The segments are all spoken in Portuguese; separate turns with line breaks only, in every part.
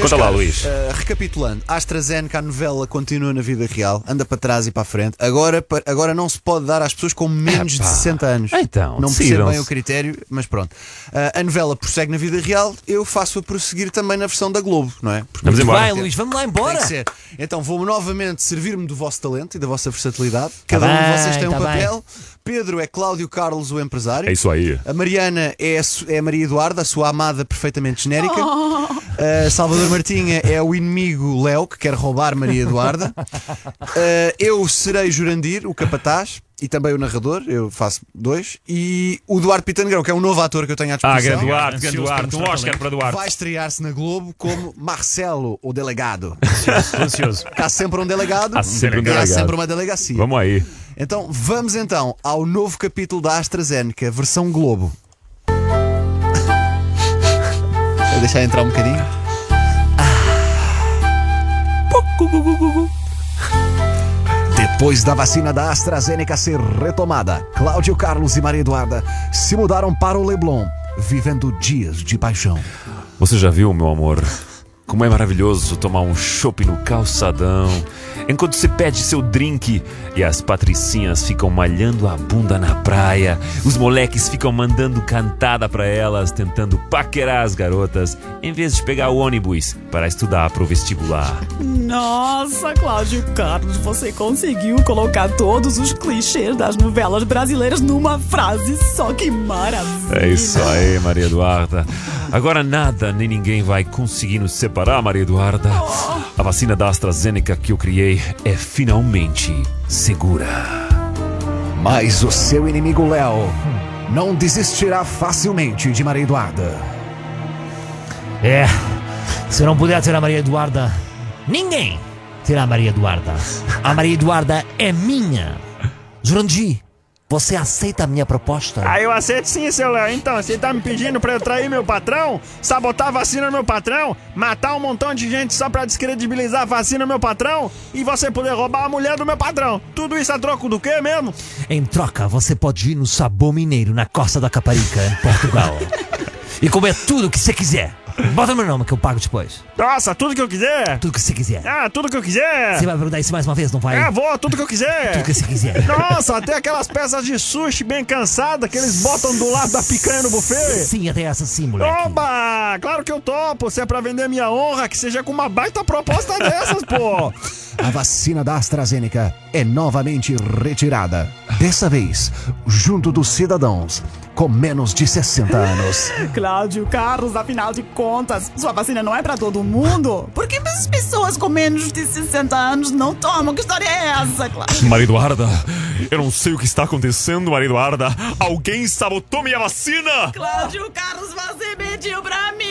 Conta lá, Luís.
Uh, recapitulando, AstraZeneca, a novela continua na vida real, anda para trás e para a frente. Agora, pa- agora não se pode dar às pessoas com menos de 60 anos.
Então,
não percebo bem
decidam-se.
o critério, mas pronto. Uh, a novela prossegue na vida real, eu faço a prosseguir também na versão da Globo, não é? Porque
Vamos embora.
Vai, Luís, vamos lá embora.
Tem que ser. Então vou novamente servir-me do vosso talento e da vossa versatilidade. Cada um de
bem,
vocês tem um
tá
papel. Pedro é Cláudio Carlos, o empresário.
É isso aí.
A Mariana é a, su- é a Maria Eduarda, a sua amada perfeitamente genérica. Uh, Salvador Martinha é o inimigo Léo, que quer roubar Maria Eduarda. Uh, eu serei Jurandir, o capataz. E também o narrador, eu faço dois. E o Duarte Pitangrão, que é um novo ator que eu tenho à
Ah,
disposição,
grande Duarte, grande
Ansioso
Duarte.
para
Um
mostrar
Oscar
talento.
para Duarte.
vai estrear-se na Globo como Marcelo, o delegado.
Ansioso.
Porque há sempre um delegado
Há sempre um
e
delegado.
há sempre uma delegacia.
Vamos aí.
Então vamos então ao novo capítulo da AstraZeneca, versão Globo. Vou deixar entrar um bocadinho. Depois da vacina da AstraZeneca ser retomada, Cláudio Carlos e Maria Eduarda se mudaram para o Leblon, vivendo dias de paixão.
Você já viu, meu amor? Como é maravilhoso tomar um chopp no calçadão, enquanto se pede seu drink e as patricinhas ficam malhando a bunda na praia, os moleques ficam mandando cantada pra elas, tentando paquerar as garotas, em vez de pegar o ônibus para estudar pro vestibular.
Nossa, Cláudio Carlos, você conseguiu colocar todos os clichês das novelas brasileiras numa frase só, que maravilha!
É isso aí, Maria Eduarda. Agora nada nem ninguém vai conseguir nos separar, Maria Eduarda. A vacina da AstraZeneca que eu criei é finalmente segura.
Mas o seu inimigo Léo não desistirá facilmente de Maria Eduarda.
É. Se eu não puder ter a Maria Eduarda, ninguém terá a Maria Eduarda. A Maria Eduarda é minha. Jurandir, você aceita a minha proposta?
Ah, eu aceito sim, seu Léo. Então, você tá me pedindo pra eu trair meu patrão? Sabotar a vacina do meu patrão? Matar um montão de gente só pra descredibilizar a vacina do meu patrão? E você poder roubar a mulher do meu patrão? Tudo isso a troco do quê mesmo?
Em troca, você pode ir no Sabor Mineiro, na Costa da Caparica, em Portugal. e comer tudo o que você quiser. Bota meu nome que eu pago depois.
Nossa, tudo que eu quiser?
Tudo que você quiser.
Ah, tudo que eu
Você
quiser?
vai perguntar isso mais uma vez, não vai?
É, vou, tudo que eu
Tudo que
quiser.
você quiser.
Nossa, até aquelas peças de sushi bem cansadas que eles botam do lado da picanha no buffet.
Sim, até essa sim, moleque.
Oba! Claro que eu topo, se é pra vender minha honra, que seja com uma baita proposta dessas, pô!
A vacina da AstraZeneca é novamente retirada. Dessa vez, junto dos cidadãos com menos de 60 anos.
Cláudio Carlos, afinal de contas, sua vacina não é pra todo mundo? Por que as pessoas com menos de 60 anos não tomam? Que história é essa, Cláudio?
Maria Eduarda, eu não sei o que está acontecendo, Maria Eduarda. Alguém sabotou minha vacina!
Cláudio Carlos, você mentiu pra mim!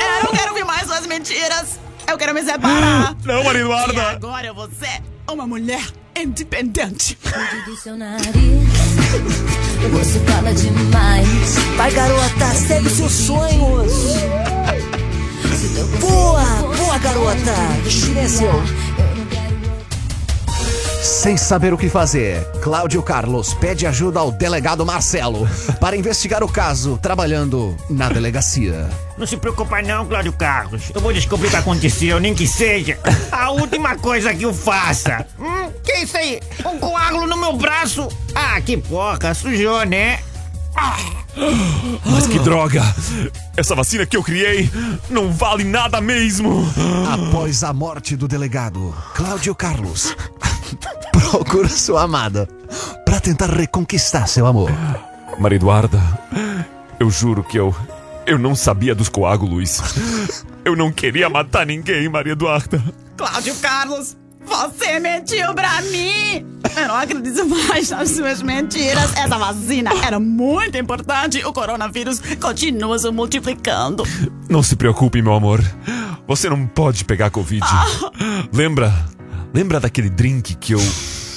É, Eu não quero ouvir mais suas mentiras! Eu quero me separar!
Não, Maria
E
Eduarda!
agora você é uma mulher independente!
do seu nariz. Você fala demais.
Vai, garota, segue os seus sonhos. Boa, boa, garota. Tira seu.
Sem saber o que fazer, Cláudio Carlos pede ajuda ao delegado Marcelo para investigar o caso, trabalhando na delegacia.
Não se preocupa não, Cláudio Carlos. Eu vou descobrir o que aconteceu, nem que seja a última coisa que eu faça. Hum, que isso aí? Um coágulo no meu braço? Ah, que porca, sujou, né?
Mas que droga! Essa vacina que eu criei não vale nada mesmo!
Após a morte do delegado, Cláudio Carlos procura sua amada para tentar reconquistar seu amor.
Maria Eduarda, eu juro que eu. Eu não sabia dos coágulos. Eu não queria matar ninguém, Maria Eduarda.
Cláudio Carlos, você mentiu pra mim! Eu não acredito mais nas suas mentiras. Essa vacina era muito importante. O coronavírus continua se multiplicando.
Não se preocupe, meu amor. Você não pode pegar Covid. Lembra? Lembra daquele drink que eu.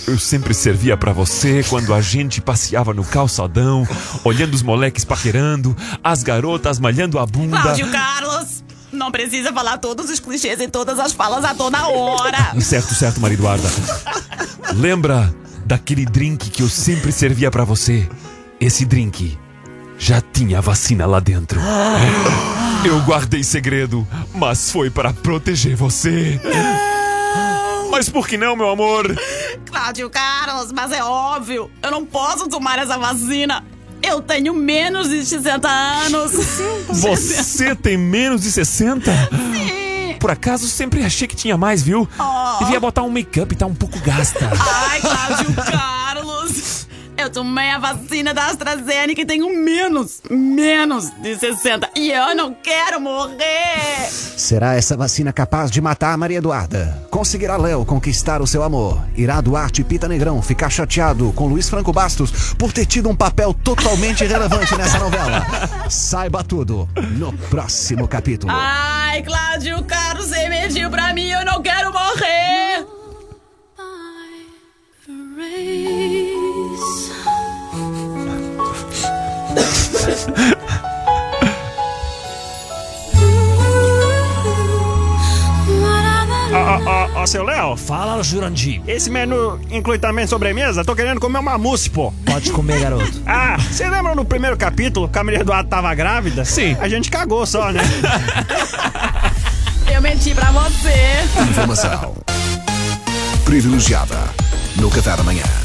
Eu sempre servia pra você quando a gente passeava no calçadão, olhando os moleques paquerando, as garotas malhando a bunda.
Cláudio Carlos, não precisa falar todos os clichês e todas as falas a toda hora.
Certo, certo, Maria Eduarda. Lembra daquele drink que eu sempre servia pra você. Esse drink já tinha a vacina lá dentro. Eu guardei segredo, mas foi pra proteger você. Mas por que não, meu amor?
Cláudio Carlos, mas é óbvio, eu não posso tomar essa vacina. Eu tenho menos de 60 anos.
Você tem menos de 60? Por acaso sempre achei que tinha mais, viu?
Oh.
Devia botar um make-up e tá um pouco gasta.
Ai, Cláudio Carlos. Eu tomei a vacina da AstraZeneca e tenho menos, menos de 60. E eu não quero morrer.
Será essa vacina capaz de matar a Maria Eduarda? Conseguirá Léo conquistar o seu amor? Irá Duarte Pita Negrão ficar chateado com Luiz Franco Bastos por ter tido um papel totalmente irrelevante nessa novela? Saiba tudo no próximo capítulo.
Ai, Cláudio Carlos emergiu pra mim, eu não quero morrer.
Ó, ó, ó, ó, seu Léo,
Fala, Jurandir.
esse menu inclui também sobremesa? Tô querendo comer uma mousse, pô.
Pode comer, garoto.
Ah, você lembra no primeiro capítulo que a Maria Eduarda tava grávida?
Sim.
A gente cagou só, né?
Eu menti pra você.
Informação privilegiada no Café da Manhã.